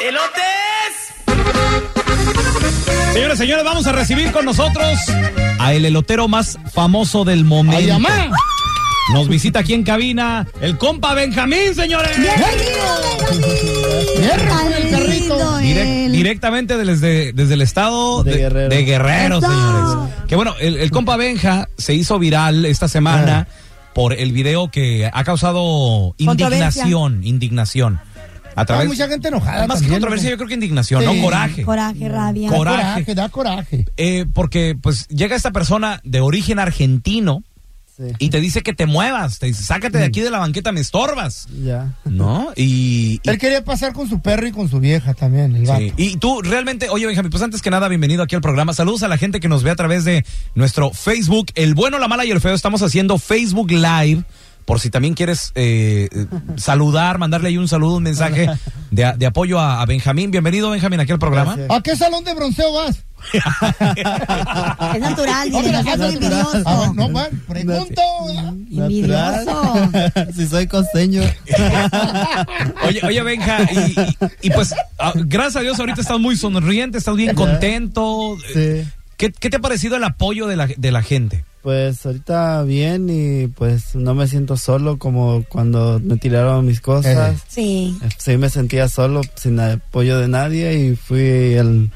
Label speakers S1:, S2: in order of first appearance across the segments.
S1: ¡Elotes!
S2: Señores, señores, vamos a recibir con nosotros a el elotero más famoso del momento. Nos visita aquí en cabina el compa Benjamín, señores. Direc- directamente desde, desde el estado de,
S3: De
S2: de Guerrero,
S3: Guerrero.
S4: Eso.
S2: señores. Que bueno, el, el compa Benja se hizo viral esta semana
S3: Ah.
S2: por el video que ha causado
S4: Controversia.
S2: indignación, indignación. A
S3: Hay
S2: través,
S3: mucha gente enojada.
S2: más que
S3: también,
S2: controversia,
S3: ¿no?
S2: yo creo que indignación,
S3: Sí.
S2: no coraje.
S4: Coraje, rabia.
S2: Cor-
S3: Da
S2: coraje.
S3: coraje, da coraje.
S2: Eh, porque pues llega esta persona de origen argentino
S3: Sí.
S2: y te dice que te muevas, te dice, sácate de aquí de la banqueta, me estorbas.
S3: Ya.
S2: ¿No? Y, y-
S3: Él quería pasar con su perro y con su vieja también, el vato.
S2: sí. Y tú realmente, oye Benjamín, pues antes que nada, bienvenido aquí al programa. Saludos a la gente que nos ve a través de nuestro Facebook, El Bueno, la Mala y el Feo. Estamos haciendo Facebook Live. Por si también quieres eh, eh, saludar, mandarle ahí un saludo, un mensaje de, a- de apoyo a, a Benjamín. Bienvenido, Benjamín, aquí al programa.
S3: ¿A qué salón de bronceo vas?
S4: Es natural,
S3: No,
S4: dile, no
S3: pero
S4: seas
S3: acá
S4: envidioso. Mm,
S3: Ah, bueno, no, bueno, pregunto.
S4: Envidioso.
S5: si soy costeño.
S2: Oye, oye, Benja, y, y- y, pues, ah, gracias a Dios, ahorita estás muy sonriente, estás bien contento. Eh,
S5: Sí.
S2: ¿Qué, qué te ha parecido el apoyo de la, de la gente?
S5: Pues ahorita bien y pues no me siento solo como cuando me tiraron mis cosas.
S4: Sí.
S5: Eh, Sí me sentía solo, sin apoyo de nadie y fui al-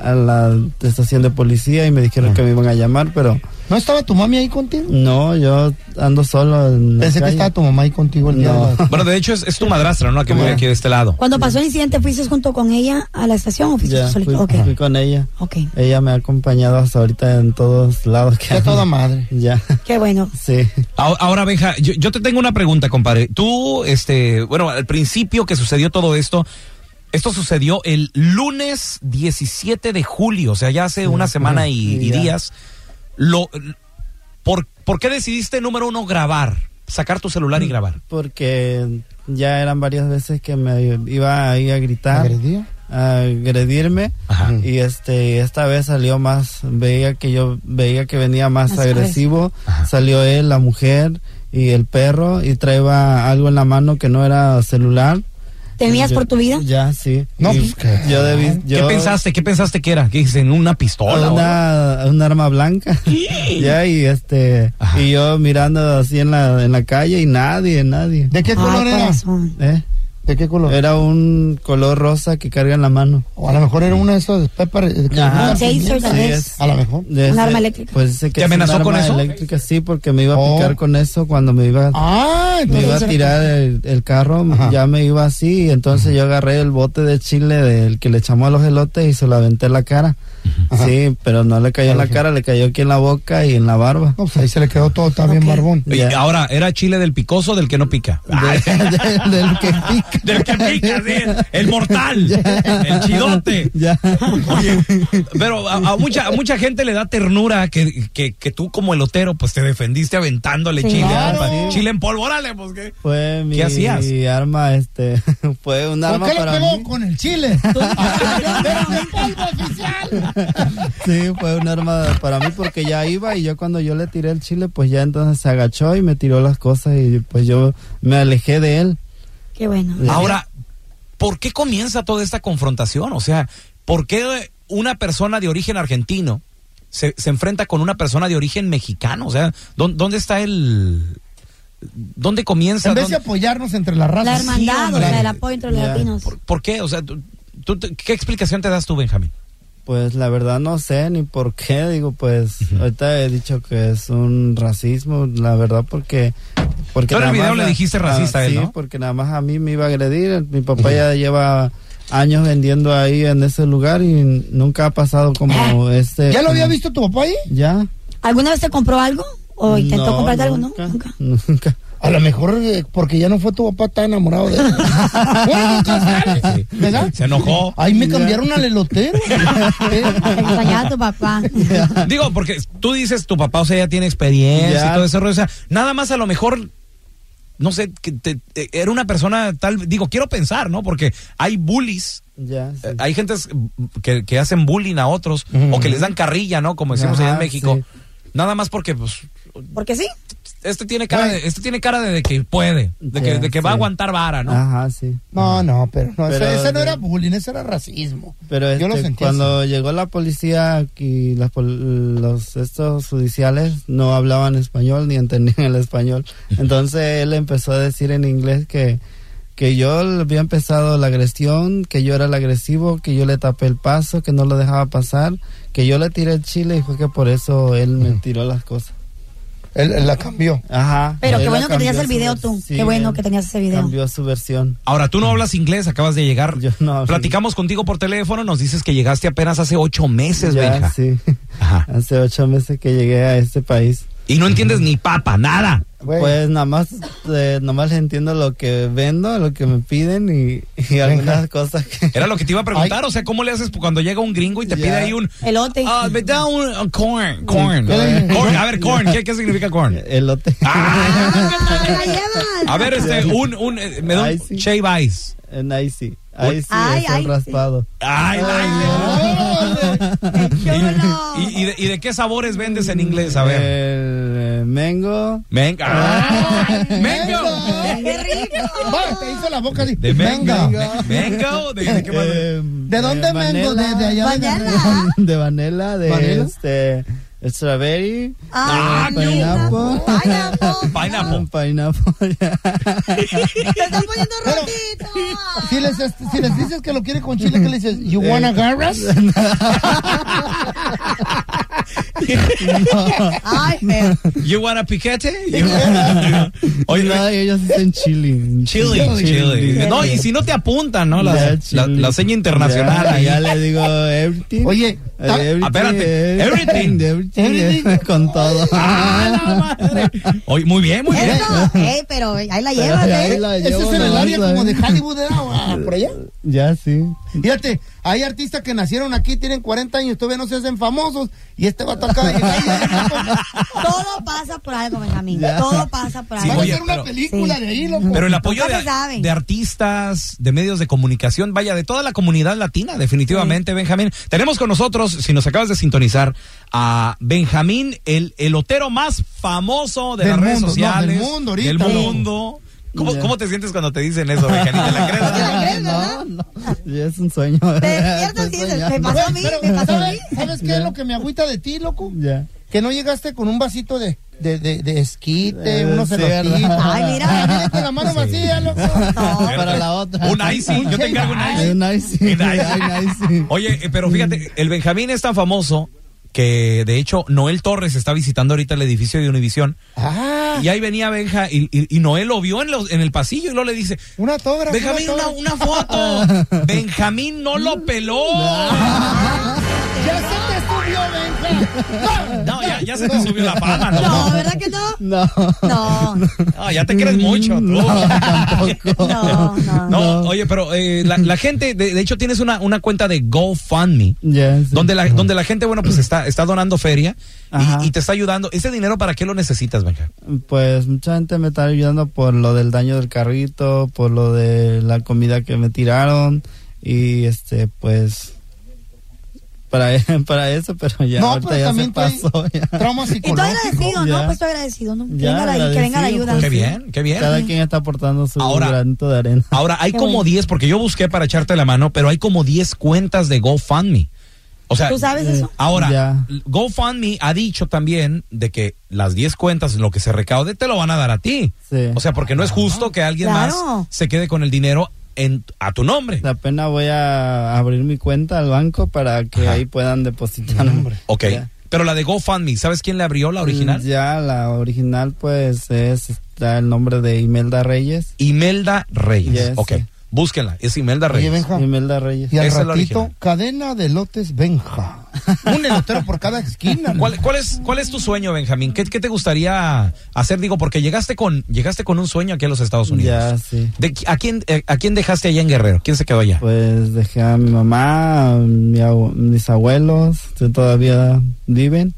S5: a la estación de policía y me dijeron
S3: Ah.
S5: que me iban a llamar, pero
S3: ¿No estaba tu mami ahí contigo?
S5: no, yo ando solo. en la
S3: Pensé que
S5: calle.
S3: estaba tu mamá ahí contigo el día
S5: No.
S3: de la-
S2: Bueno, de hecho, es, es tu madrastra, ¿no? La que vive aquí de este lado.
S4: Cuando pasó el incidente, ¿fuiste junto con ella a la estación o fuiste
S5: Ya,
S4: tú
S5: fui,
S4: solito? Ok.
S5: fui con ella.
S4: Ok.
S5: Ella me ha acompañado hasta ahorita en todos lados. Que
S3: De
S5: ando.
S3: toda madre.
S5: Ya,
S4: Qué bueno.
S5: sí.
S2: Ahora, ahora, Benja, yo, yo te tengo una pregunta, compadre. Tú, este, bueno, al principio que sucedió todo esto, esto sucedió el lunes 17 de julio, o sea, ya hace una semana y, y
S5: ya.
S2: días. Lo, ¿por, ¿Por qué decidiste, número uno, grabar? Sacar tu celular
S5: Mm.
S2: y grabar.
S5: porque ya eran varias veces que me iba a ir a gritar,
S3: ¿Agredía?
S5: a agredirme
S2: Ajá.
S5: y este esta vez salió más veía que yo veía que venía más
S4: Más
S5: agresivo,
S2: Ajá.
S5: salió él, la mujer y el perro y traía algo en la mano que no era celular.
S4: ¿Temías
S5: Yo-
S4: por tu vida?
S5: Ya, sí.
S3: No,
S5: Y
S3: pues, ¿qué?
S5: yo debí
S2: ¿Qué
S5: yo-
S2: pensaste? ¿Qué pensaste que era? ¿Que dicen una pistola? o algo?
S5: una, un arma blanca. ya, y este
S2: Ajá.
S5: y yo mirando así en la en la calle y nadie, nadie.
S3: ¿De qué
S4: Ay,
S3: color era?
S4: corazón.
S5: ¿Eh?
S3: ¿De qué color?
S5: Era un color rosa que carga en la mano.
S3: O a lo mejor era uno de esos pepper. eh, que-
S5: Ajá.
S4: Un taser, tal
S5: Sí,
S4: vez.
S5: es-
S3: A lo mejor.
S5: De
S4: Un
S5: ese-
S4: arma eléctrica.
S5: Pues dice que
S2: ¿Te
S5: es un
S2: amenazó
S5: arma
S2: con eso?
S5: eléctrica, sí, porque me iba a
S3: Oh.
S5: picar con eso cuando me iba,
S3: Ah,
S5: me
S3: entonces
S5: iba a
S3: era-
S5: tirar el, el carro,
S3: Ajá.
S5: ya me iba así, y entonces yo agarré el bote de chile del que le echamos a los elotes y se lo aventé en la cara.
S3: Ajá.
S5: Sí, pero no le cayó en la cara, le cayó aquí en la boca y en la barba.
S3: No, pues ahí se le quedó todo también
S4: Ok.
S3: barbón.
S2: Oye,
S5: Ya.
S2: Ahora, ¿era chile del picoso o del que no pica?
S5: De- de- del que pica.
S2: Del que pica, sí, el- el mortal, el chidote.
S5: Ya.
S2: Oye, pero a, a mucha, a mucha gente le da ternura que, que, que tú como elotero pues te defendiste aventándole
S4: Sí.
S2: chile.
S3: Claro.
S2: compa. Chile en polvo, órale, pues qué.
S5: Fue mi
S2: hacías?
S5: arma, este, fue un
S3: ¿Por
S5: arma
S3: qué le
S5: para
S3: pegó?
S5: mí.
S3: Con el chile.
S5: Sí, fue un arma para mí porque ya iba y yo cuando yo le tiré el chile, pues ya entonces se agachó y me tiró las cosas y pues yo me alejé de él.
S4: Qué bueno.
S3: Pues
S2: Ahora, ¿por qué comienza toda esta confrontación? O sea, ¿por qué una persona de origen argentino se, se enfrenta con una persona de origen mexicano? O sea, ¿dó- ¿dónde está el... ¿Dónde comienza?
S3: En vez de
S2: ¿Dónde-
S3: apoyarnos entre las razas.
S4: La hermandad, o
S3: hombre.
S4: sea, el apoyo entre los
S5: Ya.
S4: latinos.
S2: ¿Por, por qué? O sea, tú- tú te- ¿qué explicación te das tú, Benjamín?
S5: Pues la verdad no sé ni por qué, digo, pues ahorita he dicho que es un racismo, la verdad porque... porque
S2: Tú en el
S5: nada
S2: video
S5: más
S2: le
S5: la- Ah,
S2: dijiste racista a él,
S5: sí,
S2: ¿no?
S5: porque nada más a mí me iba a agredir, mi papá ya lleva años vendiendo ahí en ese lugar y nunca ha pasado como
S2: ¿Ah?
S5: este...
S3: ¿Ya lo había
S5: como-
S3: visto tu papá ahí?
S5: Ya.
S4: ¿Alguna vez te compró algo? ¿O intentó
S5: No,
S4: comprarte algo? No,
S5: nunca,
S4: nunca.
S5: Nunca.
S3: A lo mejor eh, porque ya no fue tu papá tan enamorado de él. Oye, González, Ah, ¿Verdad?
S2: Se enojó.
S3: Ay, me cambiaron al elotero.
S4: Te extrañaba tu papá.
S3: Ah.
S2: Digo, porque tú dices tu papá, o sea, ya tiene experiencia
S5: Ya.
S2: y todo ese rollo. O sea, nada más a lo mejor, no sé, que te- eh, era una persona tal. Digo, quiero pensar, ¿no? Porque hay bullies.
S5: Ya, sí.
S2: eh, Hay gentes mm, que, que hacen bullying a otros o que les dan carrilla, ¿no? Como decimos allá en
S5: Ajá,
S2: México.
S5: sí.
S2: Nada más porque, pues,
S4: Porque sí.
S2: este tiene cara, de, este tiene cara de, de que puede, de que,
S5: Sí,
S2: de que va a
S5: sí. Ah.
S2: aguantar vara, ¿no?
S5: Ajá, sí.
S3: No, no, pero no,
S5: Pero-
S3: ese, ese no era bullying, ese era racismo.
S5: Pero
S3: yo lo
S5: este,
S3: sentí.
S5: cuando llegó la policía y las pol- los estos judiciales no hablaban español ni entendían el español. Entonces él empezó a decir en inglés que, que yo había empezado la agresión, que yo era el agresivo, que yo le tapé el paso, que no lo dejaba pasar, que yo le tiré el chile y fue que por eso él me tiró las cosas.
S3: así. Él, él la cambió.
S5: Ajá.
S4: Pero qué
S5: Él
S4: bueno que
S5: cambió
S4: tenías el
S5: su
S4: video
S5: vers-
S4: tú.
S5: sí,
S4: qué bueno
S5: él
S4: que tenías ese video.
S5: Cambió su versión.
S2: Ahora, tú no hablas inglés, acabas de llegar.
S5: Yo no hablo
S2: Platicamos contigo por teléfono, nos dices que llegaste apenas hace ocho meses,
S5: pues, Ya,
S2: Benja.
S5: sí.
S2: Ajá.
S5: Hace ocho meses que llegué a este país.
S2: Y no entiendes ni papa, nada.
S3: Güey,
S5: Pues nada más, eh, nada más entiendo lo que vendo, lo que me piden y, y algunas cosas que...
S2: Era lo que te iba a preguntar, o sea, ¿cómo le haces cuando llega un gringo y te
S5: Ya.
S2: pide ahí un...
S4: Elote.
S2: Ah, me da un un corn, corn.
S5: ¿Qué le dije?
S2: Corn, A ver, corn, ¿qué, qué significa corn?
S5: Elote.
S2: Ah,
S4: Ah, la llevan.
S2: a ver, este, un, un, eh, me da un
S5: Ay, sí.
S2: shave ice.
S5: En ahí sí, ahí sí,
S4: Ay,
S5: es el
S4: ahí sí.
S5: raspado.
S2: Ay,
S4: Qué chulo.
S2: ¿Y, y de, y de qué sabores vendes en inglés? Pues, A ver.
S5: El eh, mengo.
S2: Venga. Ah, Mango.
S4: Qué rico.
S3: va, te hizo la boca así.
S2: De
S3: Venga.
S2: mango. Mango. ¿De, de qué más?
S5: eh,
S3: ¿De dónde vengo?
S5: vanela,
S3: De, de allá de
S4: Mañana.
S5: De vanela, de
S3: ¿Vanela?
S5: este... Strawberry.
S4: Ah,
S5: eh,
S2: qué
S5: pineapple.
S4: Pineapple.
S2: Pineapple.
S5: Pineapple.
S4: Te están poniendo
S3: Pero-
S4: rotito.
S3: Si les, este, si les dices que lo quiere con chile, ¿qué le dices? ¿You wanna garras?
S4: Ay, feo.
S2: You want a piquete?
S5: Oye, no, ellos dicen chili.
S2: Chili, chili. No, y si no te apuntan, ¿no? La,
S5: Ya,
S2: la-
S5: chili.
S2: la seña internacional.
S5: Ya,
S2: ahí.
S5: ya le digo everything.
S3: Oye,
S5: Eh,
S3: ta-
S5: everything,
S2: espérate, everything.
S5: everything, everything, eh, con todo.
S2: ¡Ah, la madre! Oye, muy bien, muy bien.
S4: Eso, eh, pero ahí la
S5: Pero
S4: llevas,
S5: ahí
S4: eh.
S5: la
S3: ese
S5: llevo
S3: es en el
S5: la
S3: área
S5: isla,
S3: como de
S5: eh.
S3: Hollywood, ¿verdad? O, ah, Por allá.
S5: Ya sí.
S3: Fíjate, hay artistas que nacieron aquí, tienen 40 años, todavía no se hacen famosos, y este va a tocar.
S4: Todo pasa por algo, Benjamín.
S5: Ya.
S4: Todo pasa por
S2: Sí,
S4: algo.
S3: Van a
S2: oye,
S3: hacer una
S2: pero-
S3: película
S4: Sí.
S3: de ahí, loco.
S2: Pero el apoyo
S4: Nunca se
S2: de,
S4: sabe.
S2: de artistas, de medios de comunicación, vaya, de toda la comunidad latina, definitivamente, Benjamín. Tenemos con nosotros, si nos acabas de sintonizar, a Benjamín, el elotero más famoso de
S3: Del
S2: las redes
S3: mundo, no, del
S2: sociales.
S3: mundo ahorita,
S2: del
S3: loco.
S2: mundo. ¿Cómo,
S5: Ya.
S2: cómo te sientes cuando te dicen eso, Benjamín? ¿Te la crees?
S4: ¿Te la crees,
S5: no,
S4: verdad?
S5: no. Ya es un sueño.
S4: Te despiertas y dices, me
S5: soñando.
S4: pasó a mí,
S3: Pero,
S4: me pasó a mí.
S3: ¿sabes, sabes qué es lo que me agüita de ti, loco?
S5: Ya.
S3: Que no llegaste con un vasito de, de, de, de esquite,
S5: Eh,
S3: unos
S5: sí,
S3: elotitos.
S5: ¿verdad?
S4: Ay,
S3: Ah,
S4: mira.
S3: vienes con la mano vacía, loco.
S4: No.
S5: Para la otra.
S2: Un icy, yo te encargo un icy.
S5: Un icy.
S2: Un icy.
S5: Un icy.
S2: Oye, eh, pero fíjate, el Benjamín es tan famoso que de hecho Noel Torres está visitando ahorita el edificio de Univisión
S3: Ah,
S2: y ahí venía Benja y, y- y Noel lo vio en, los- en el pasillo y luego le dice,
S3: un autógrafo.
S2: Benjamín,
S3: un
S2: una,
S3: autógrafo.
S2: una foto. Benjamín no lo peló.
S3: Ya se te subió, Benja.
S2: No, ya, ya se te subió la fama, ¿no?
S4: No, ¿verdad que no?
S5: No.
S4: No,
S2: Ah, ya te crees mucho, tú.
S5: No, tampoco.
S4: no, no.
S2: No, oye, pero eh, la, la gente, de, de hecho, tienes una, una cuenta de GoFundMe.
S5: Ya, sí.
S2: Donde la, donde la gente, bueno, pues está, está donando feria
S5: Ajá.
S2: y, y te está ayudando. ¿Ese dinero para qué lo necesitas, Benja?
S5: Pues mucha gente me está ayudando por lo del daño del carrito, por lo de la comida que me tiraron y este pues para, para eso, pero ya
S3: No,
S5: ahorita
S3: pero
S5: ya se
S3: también trae
S5: pasó. ya.
S3: trauma
S4: Y estoy
S3: psicológico.
S4: agradecido,
S5: Ya.
S4: ¿no? Pues estoy agradecido, ¿no? Que
S5: Ya,
S4: venga la- que venga la
S5: agradecido,
S4: ayuda.
S5: pues.
S2: Qué bien, qué bien.
S5: Cada quien está aportando su
S2: Ahora-
S5: granito de arena.
S2: Ahora, hay
S4: Qué
S2: como
S4: bueno.
S2: 10, porque yo busqué para echarte la mano, pero hay como 10 cuentas de GoFundMe. O sea,
S4: ¿Tú sabes eso?
S2: Ahora,
S5: Ya.
S2: GoFundMe ha dicho también de que las 10 cuentas, lo que se recaude, te lo van a dar a ti.
S5: Sí.
S2: O sea, porque no es justo que alguien
S4: Claro.
S2: más se quede con el dinero en, a tu nombre.
S5: Apenas voy a abrir mi cuenta al banco para que ahí puedan
S3: Mm,
S5: depositar.
S2: Ok.
S5: Ya. Mm,
S2: Pero la de GoFundMe, ¿sabes quién le abrió la original?
S5: Ya, la original pues es está el nombre de Imelda Reyes.
S2: Imelda Reyes.
S5: Yes.
S2: ok. Búsquenla. Es Imelda
S3: Oye,
S2: Reyes.
S3: Benja,
S5: Imelda Reyes.
S3: y al
S2: Esa es la
S3: ratito,
S2: original.
S3: cadena de lotes Benja. Un elotero por cada esquina.
S2: ¿Cuál, cuál es, ¿Cuál es tu sueño, Benjamín? ¿Qué, qué te gustaría hacer? Digo, porque llegaste con, llegaste con un sueño aquí a los Estados Unidos.
S5: Ya, sí.
S2: ¿De qui- a, quién, eh, ¿A quién dejaste allá en Guerrero? ¿Quién se quedó allá?
S5: Pues dejé a mi mamá, a mi abue- mis abuelos, que todavía viven.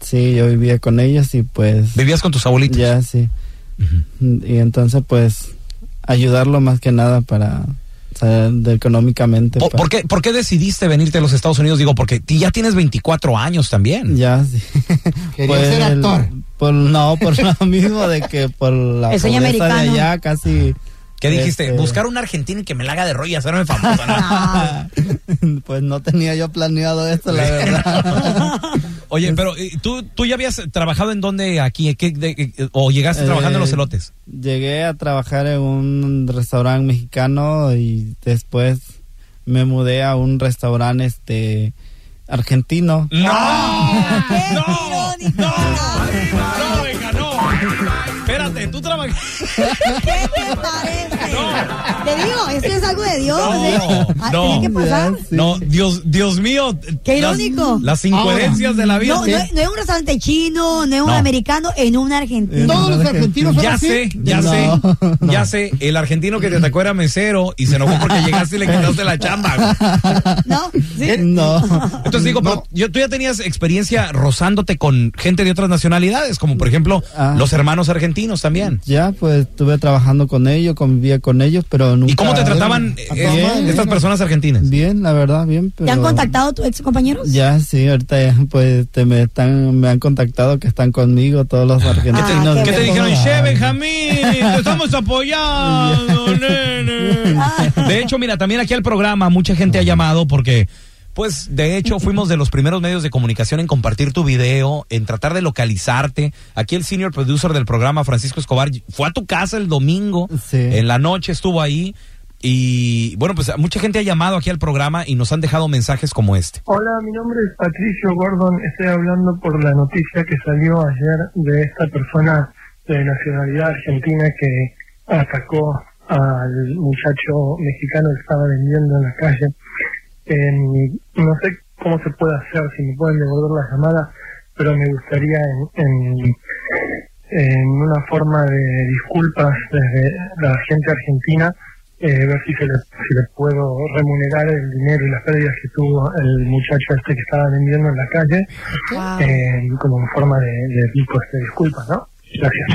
S5: Sí, yo vivía con ellos y pues...
S2: ¿Vivías con tus abuelitos?
S5: Ya, sí.
S2: Ujú.
S5: Y entonces pues ayudarlo más que nada para salir de- económicamente.
S2: ¿Por,
S5: pa-
S2: por qué, por qué decidiste venirte a los Estados Unidos? Digo, porque ti ya tienes 24 años también.
S5: Ya, sí.
S3: Quería
S5: Por
S3: ser
S5: el-
S3: actor.
S5: por- no, por lo mismo de que por la
S4: El sueño
S5: pobreza de
S4: americano.
S5: allá casi...
S2: ¿Qué dijiste?
S5: Este-
S2: Buscar un argentino que me la haga de rollo y hacerme famosa. ¿no?
S5: Ah. Pues no tenía yo planeado esto, la verdad.
S2: Oye, pero eh, ¿tú, tú ya habías trabajado en dónde aquí? ¿Qué- de- eh, ¿O llegaste trabajando en los
S5: Eh,
S2: elotes?
S5: Llegué a trabajar en un restaurante mexicano y después me mudé a un restaurante este argentino.
S2: ¡No!
S4: ¡Qué
S2: ¡No!
S4: irónico!
S2: ¡No! ¡No, venga, no! Espérate, tú trabajas.
S4: ¿Qué te parece? Te digo, esto es algo de Dios.
S2: No,
S4: ¿eh? Ah,
S2: no.
S4: ¿Tenía que pasar?
S5: Ya, sí.
S2: No, Dios, Dios mío.
S4: Qué
S2: las-
S4: irónico.
S2: Las, incoherencias de la vida.
S4: No, no, es- no es un restaurante chino, no es un
S2: No.
S4: americano, en un argentino.
S3: Todos los argentinos son
S2: Ya
S3: así.
S2: sé, ya
S5: No.
S2: sé, ya sé. El argentino que te atacó era mesero y se enojó porque llegaste y le quitaste la chamba. güey.
S4: ¿No? ¿Sí?
S5: Eh, No.
S2: Entonces digo, pero yo, tú ya tenías experiencia rozándote con gente de otras nacionalidades, como por ejemplo
S5: Ah.
S2: los hermanos argentinos también.
S5: Ya, pues estuve trabajando con ellos, convivía con ellos, pero nunca. ah,
S2: ¿Y cómo te trataban eh,
S5: Bien,
S2: eh,
S5: bien.
S2: estas personas argentinas?
S5: Bien, la verdad, bien. Pero...
S4: ¿Te han contactado tus ex compañeros?
S5: Ya, sí, ahorita ya, pues te me, están, me han contactado que están conmigo todos los argentinos.
S4: Ah,
S2: Este, ¿Qué te
S4: Qué
S2: dijeron?
S5: Todos.
S2: Che, Benjamín, te estamos apoyando, nene. De hecho, mira, también aquí al programa mucha gente ha llamado porque, pues, de hecho, fuimos de los primeros medios de comunicación en compartir tu video, en tratar de localizarte. Aquí el senior producer del programa, Francisco Escobar, fue a tu casa el domingo,
S5: Sí.
S2: en la noche estuvo ahí. Y bueno, pues mucha gente ha llamado aquí al programa y nos han dejado mensajes como este.
S1: Hola, mi nombre es Patricio Gordon. Estoy hablando por la noticia que salió ayer de esta persona de nacionalidad argentina que atacó al muchacho mexicano que estaba vendiendo en la calle. En- no sé cómo se puede hacer, si me pueden devolver la llamada, pero me gustaría en, en- en una forma de disculpas desde la gente argentina, eh, ver si, se le, si le puedo remunerar el dinero y las pérdidas que tuvo el muchacho este que estaba vendiendo en la calle,
S4: Wow.
S1: eh, como en forma de, de, pues, de disculpas, ¿no? Gracias.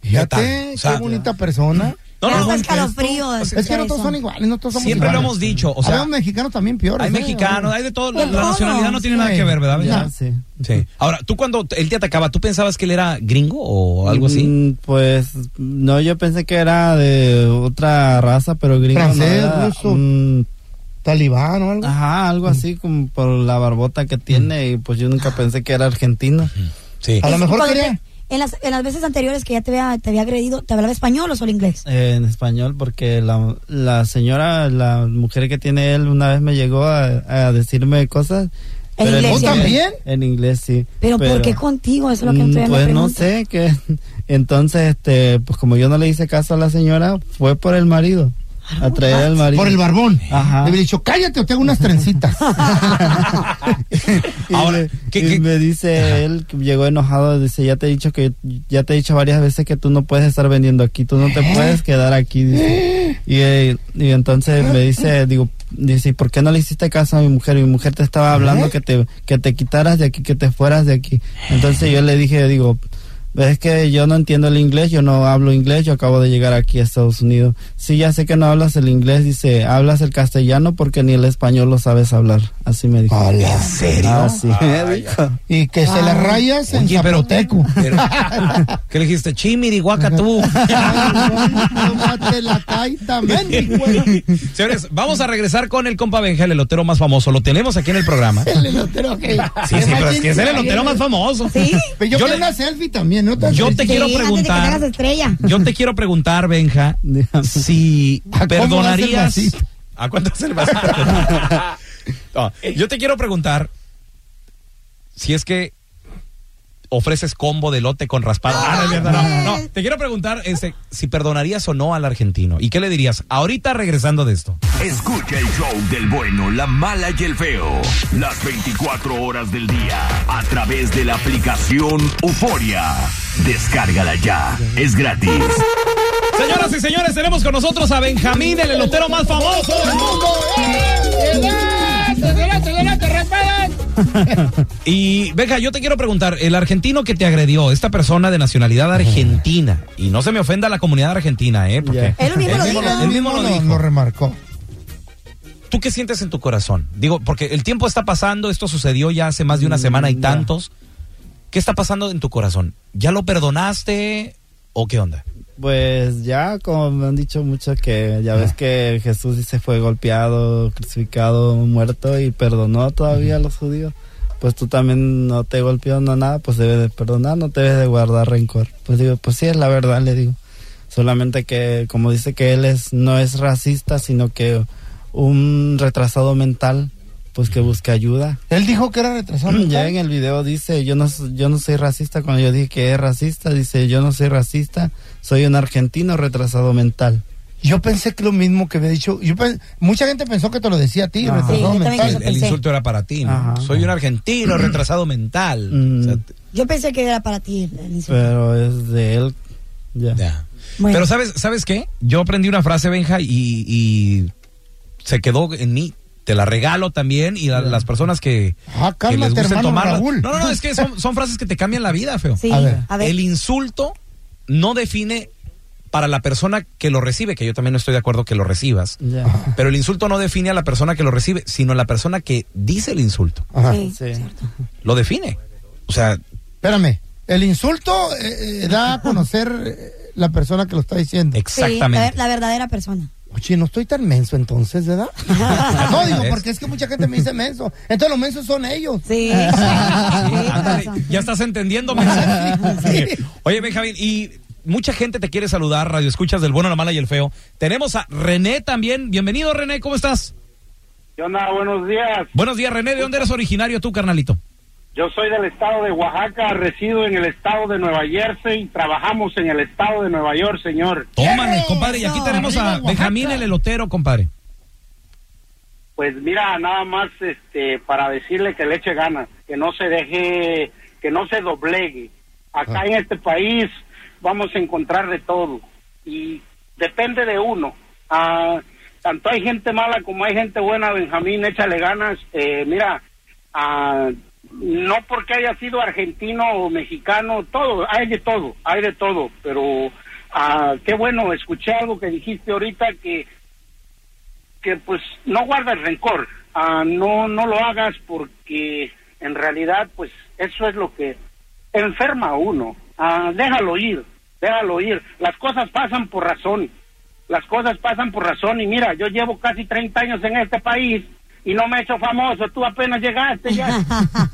S3: Fíjate,
S2: O sea,
S3: qué bonita persona.
S2: No, no,
S4: Me
S2: no,
S4: da escalofrío
S3: Es
S4: escuchar
S3: que no todos
S4: eso.
S3: son iguales, no todos somos
S2: siempre lo
S3: iguales.
S2: hemos dicho. O sea,
S3: Habemos mexicanos también peores.
S2: Hay
S3: ¿eh?
S2: mexicanos, hay de todo. La,
S4: De
S2: la
S4: todo,
S2: nacionalidad no tiene
S3: sí.
S2: nada que ver, ¿verdad?
S5: Ya,
S2: Benja?
S5: sí.
S2: Sí. Ahora, tú cuando t- él te atacaba, ¿tú pensabas que él era gringo o algo así?
S5: Mm, Pues no, yo pensé que era de otra raza, pero gringo. no
S3: Francés,
S5: era,
S3: ruso.
S5: mm,
S3: Talibán o algo.
S5: ajá, algo así como por la barbota que tiene y pues yo nunca pensé que era argentino.
S2: Sí.
S3: A lo mejor
S4: Discúlpame,
S3: quería-
S4: En las, en las veces anteriores que ya te había, te había agredido, ¿te hablaba español o solo inglés?
S5: Eh, en español porque la, la señora, la mujer que tiene él una vez me llegó a, a decirme cosas.
S4: ¿En
S5: pero
S4: inglés,
S3: ¿Vos también?
S5: En inglés, sí.
S4: Pero, ¿por qué contigo? Eso es lo que
S5: Mm,
S4: estoy
S5: Pues no sé, que entonces, este, pues como yo no le hice caso a la señora, fue por el marido.
S4: Ah,
S5: A traer al marido.
S3: Por el barbón.
S5: Ajá.
S3: Le hubiera dicho, cállate o te hago unas trencitas.
S5: Y
S2: Ahora,
S5: me-
S2: ¿qué-
S5: y
S2: qué-
S5: me dice él, que llegó enojado, dice, ya te he dicho que, ya te he dicho varias veces que tú no puedes estar vendiendo aquí, tú no
S2: ¿Eh?
S5: te puedes quedar aquí, dice. Y, eh, y entonces me dice, digo, dice, "¿Y ¿por qué no le hiciste caso a mi mujer? Mi mujer te estaba
S2: ¿Eh?
S5: hablando que te, que te quitaras de aquí, que te fueras de aquí. Entonces yo le dije, digo, es que yo no entiendo el inglés, yo no hablo inglés, yo acabo de llegar aquí a Estados Unidos. Sí, ya sé que no hablas el inglés, dice, hablas el castellano porque ni el español lo sabes hablar. Así me dijo.
S3: Hola.
S5: Ah, sí.
S3: Y que se le rayas en
S2: Oye, pero-
S3: zapoteco.
S2: Pero- ¿Qué le dijiste? Chimirihuaca tú.
S3: No mate la taita, mendigo.
S2: Señores, vamos a regresar con el compa Benja, el elotero más famoso. Lo tenemos aquí en el programa.
S3: El elotero que.
S2: Sí, sí, pero es que es el elotero más famoso.
S4: ¿Sí?
S3: Pero yo,
S2: Yo
S3: quiero
S2: le-
S3: una selfie también, ¿no?
S2: Yo
S4: Sí,
S2: te quiero
S4: antes de que
S2: preguntar.
S4: te hagas estrella.
S2: Yo te quiero preguntar, Benja,
S5: Dígame.
S2: si
S3: ¿A cómo
S2: perdonarías.
S3: hace el vasito?
S2: ¿A cuánto es el vasito? No, yo te quiero preguntar si es que ofreces combo de lote con raspado. Ah, no, es cierto, no, no. Te quiero preguntar este, si perdonarías o no al argentino. ¿Y qué le dirías? Ahorita regresando de esto.
S6: Escucha el show del bueno, la mala y el feo. Las 24 horas del día a través de la aplicación Euforia. Descárgala ya. Es gratis.
S2: Señoras y señores, tenemos con nosotros a Benjamín, el elotero más famoso del mundo. Y Benja, yo te quiero preguntar, el argentino que te agredió, esta persona de nacionalidad argentina, y no se me ofenda a la comunidad argentina, ¿eh? Porque
S4: Él mismo lo
S2: Él
S4: dijo.
S2: mismo lo- él mismo lo
S3: lo,
S2: dijo.
S3: lo remarcó.
S2: ¿Tú qué sientes en tu corazón? Digo, porque el tiempo está pasando, esto sucedió ya hace más de una semana y
S5: Mm, ya.
S2: tantos. ¿Qué está pasando en tu corazón? ¿Ya lo perdonaste o qué onda?
S5: Pues ya, como me han dicho muchos, que ya ves que Jesús se fue golpeado, crucificado, muerto y perdonó todavía a los judíos. Pues tú también no te golpeó, no nada, pues debes de perdonar, no te debes de guardar rencor. Pues digo, pues sí, es la verdad, le digo. Solamente que, como dice que él es, no es racista, sino que un retrasado mental, pues que busca ayuda.
S3: Él dijo que era retrasado.
S5: Ya en el video dice, yo no, s- yo no soy racista, cuando yo dije que es racista, dice, yo no soy racista, soy un argentino retrasado mental.
S3: Yo pensé que lo mismo que había dicho. Yo pen- mucha gente pensó que te lo decía a ti,
S5: No.
S3: retrasado
S4: Sí, yo también
S3: mental.
S4: Eso pensé.
S2: era para ti,
S5: Ajá.
S2: un argentino retrasado mental.
S5: Mm.
S2: t-
S4: Yo pensé que era para ti el
S3: Pues,
S4: insulto.
S5: Pero es de él. Ya.
S2: ya.
S4: Bueno.
S2: Pero ¿sabes, ¿sabes qué? Yo aprendí una frase, Benja, y, y se quedó en mí. Te la regalo también y a las personas que,
S3: Ah,
S2: que les
S3: cálmate,
S2: gusten
S3: hermano
S2: tomarla.
S3: Raúl.
S2: No, no, no, es que son, son frases que te cambian la vida, feo.
S4: Sí,
S3: A ver.
S4: a ver.
S2: El insulto no define para la persona que lo recibe, que yo también no estoy de acuerdo que lo recibas,
S5: Ya.
S2: pero el insulto no define a la persona que lo recibe, sino a la persona que dice el insulto.
S3: Ajá.
S4: Sí.
S5: Sí.
S2: Lo define. O sea,
S3: Espérame. El insulto eh, eh, da a conocer eh, la persona que lo está diciendo.
S4: Sí, la,
S2: exactamente.
S4: ver- la verdadera persona.
S3: Oye, no estoy tan menso entonces, ¿verdad? No, digo, porque es que mucha gente me dice menso. Entonces los mensos son ellos.
S2: Sí,
S4: Sí. Sí,
S2: ándale,
S4: razón.
S2: ya estás entendiéndome.
S3: Sí.
S2: Oye, Benjamín, y mucha gente te quiere saludar, Radio Escuchas del Bueno, la Mala y el Feo. Tenemos a René también. Bienvenido, René, ¿cómo estás?
S7: ¿Qué onda? Buenos días.
S2: Buenos días, René. ¿De dónde eres originario tú, carnalito?
S7: Yo soy del estado de Oaxaca, resido en el estado de Nueva Jersey, trabajamos en el estado de Nueva York, señor.
S2: Tómale, compadre. Y aquí tenemos
S3: Arriba,
S2: a
S3: Oaxaca.
S2: Benjamín el elotero, compadre.
S7: Pues mira, nada más este para decirle que le eche ganas, que no se deje, que no se doblegue. Acá en este país vamos a encontrar de todo y depende de uno. Ah, tanto hay gente mala como hay gente buena, Benjamín, échale ganas. Eh, mira, ah, no porque haya sido argentino o mexicano, todo, hay de todo, hay de todo, pero ah, qué bueno, escuché algo que dijiste ahorita que que pues no guardes rencor, ah, no no lo hagas porque en realidad pues eso es lo que enferma a uno. Ah, déjalo ir, déjalo ir. Las cosas pasan por razón. Las cosas pasan por razón y mira, yo llevo casi 30 años en este país y no me he hecho famoso. Tú apenas llegaste ya,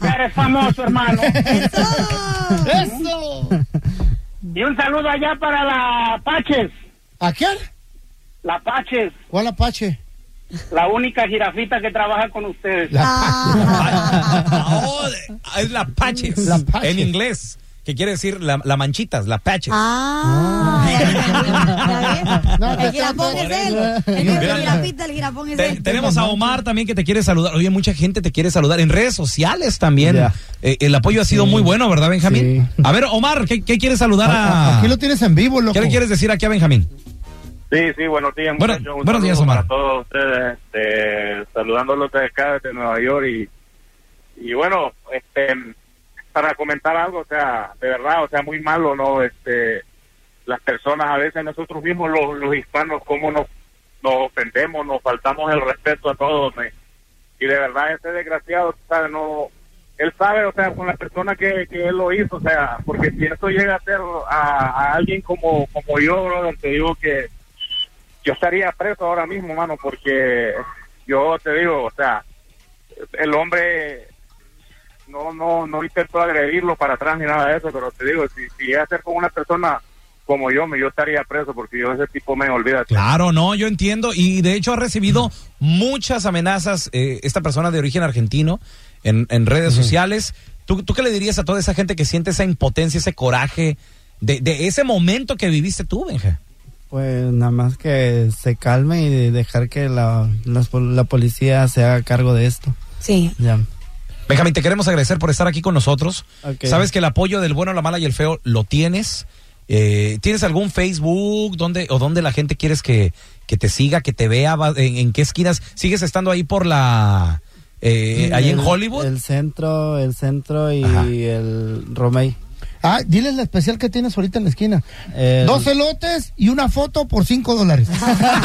S7: ya eres famoso, hermano.
S4: Eso.
S3: ¡Eso!
S7: Y un saludo allá para la Paches,
S3: ¿A quién?
S7: la Paches,
S3: ¿Cuál Apache?
S7: la única jirafita que trabaja con ustedes.
S4: Ah.
S2: Oh, es la Paches.
S3: La Paches.
S2: En inglés. Que quiere decir la, la manchitas, la Paches.
S4: Ah, ya ves, ya ves.
S3: No, te
S4: el jirafón
S3: trato-
S4: es él. El que usa jirafita, el jirafón es
S2: Te-
S4: él.
S2: tenemos a Omar también que te quiere saludar. Oye, mucha gente te quiere saludar. En redes sociales también.
S5: Ya.
S2: Eh, el apoyo ha sido muy bueno, ¿verdad, Benjamín?
S5: Sí.
S2: A ver, Omar, ¿qué, qué quieres saludar a.
S3: Aquí lo tienes en vivo, loco.
S2: ¿Qué le quieres decir aquí a Benjamín?
S8: Sí, sí, buenos días.
S2: Bueno,
S8: muchachos. Un
S2: buenos días,
S8: saludo
S2: Omar.
S8: Para todos ustedes, este, saludándolos desde acá, desde Nueva York. Y, y bueno, este, para comentar algo, o sea, de verdad, o sea, muy malo, ¿no? Este, las personas, a veces nosotros mismos, los, los hispanos, cómo nos, nos ofendemos, nos faltamos el respeto a todos. ¿me? Y de verdad, ese desgraciado, ¿sabes? No, él sabe, o sea, con la persona que, que él lo hizo, o sea, porque si esto llega a ser a, a alguien como, como yo, brother, te digo que yo estaría preso ahora mismo, mano, porque yo te digo, o sea, el hombre no no no intentó agredirlo para atrás ni nada de eso, pero te digo, si, si llega a ser con una persona como yo, me- yo estaría preso porque yo ese tipo me olvida.
S2: Claro, no, yo entiendo. Y de hecho ha recibido muchas amenazas eh, esta persona de origen argentino en, en redes sociales. ¿Tú, ¿Tú qué le dirías a toda esa gente que siente esa impotencia, ese coraje de, de ese momento que viviste tú, Benja?
S5: Pues nada más que se calme y dejar que la, las pol- la policía se haga cargo de esto.
S4: Sí.
S5: Ya.
S2: Benjamín, te queremos agradecer por estar aquí con nosotros.
S5: Ok.
S2: Sabes que el apoyo del bueno, la mala y el feo lo tienes. Eh, ¿Tienes algún Facebook donde, o donde la gente quieres que, que te siga, que te vea? Va- ¿En, en qué esquinas? ¿Sigues estando ahí por la... eh,
S5: Y
S2: ahí en
S5: el-
S2: Hollywood?
S5: El centro, el centro y
S2: Ajá.
S5: el Romey.
S9: Ah, diles la especial que tienes ahorita en la esquina.
S5: El-
S9: Dos elotes y una foto por cinco dólares.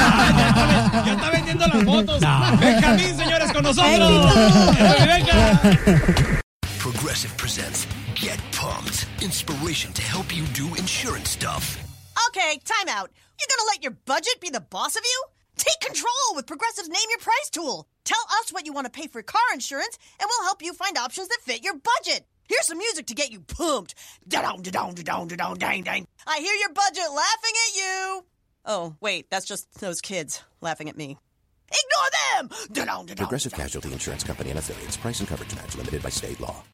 S2: ya está vendiendo las fotos. Benjamín, señores, con nosotros.
S6: Progressive presents Get Pumped. Inspiration to help you do insurance stuff.
S3: Okay, time out. You're gonna let your budget be the boss of you? Take control with Progressive's Name Your Price tool. Tell us what you want to pay for car insurance, and we'll help you find options that fit your budget. Here's some music to get you pumped. Da-dong, da-dong, da-dong, da-dong, dang, dang. I hear your budget laughing at you. Oh, wait, that's just those kids laughing at me. Ignore them! Da-dong, da-dong.
S10: Progressive Casualty Insurance Company and affiliates. Price and coverage match limited by state law.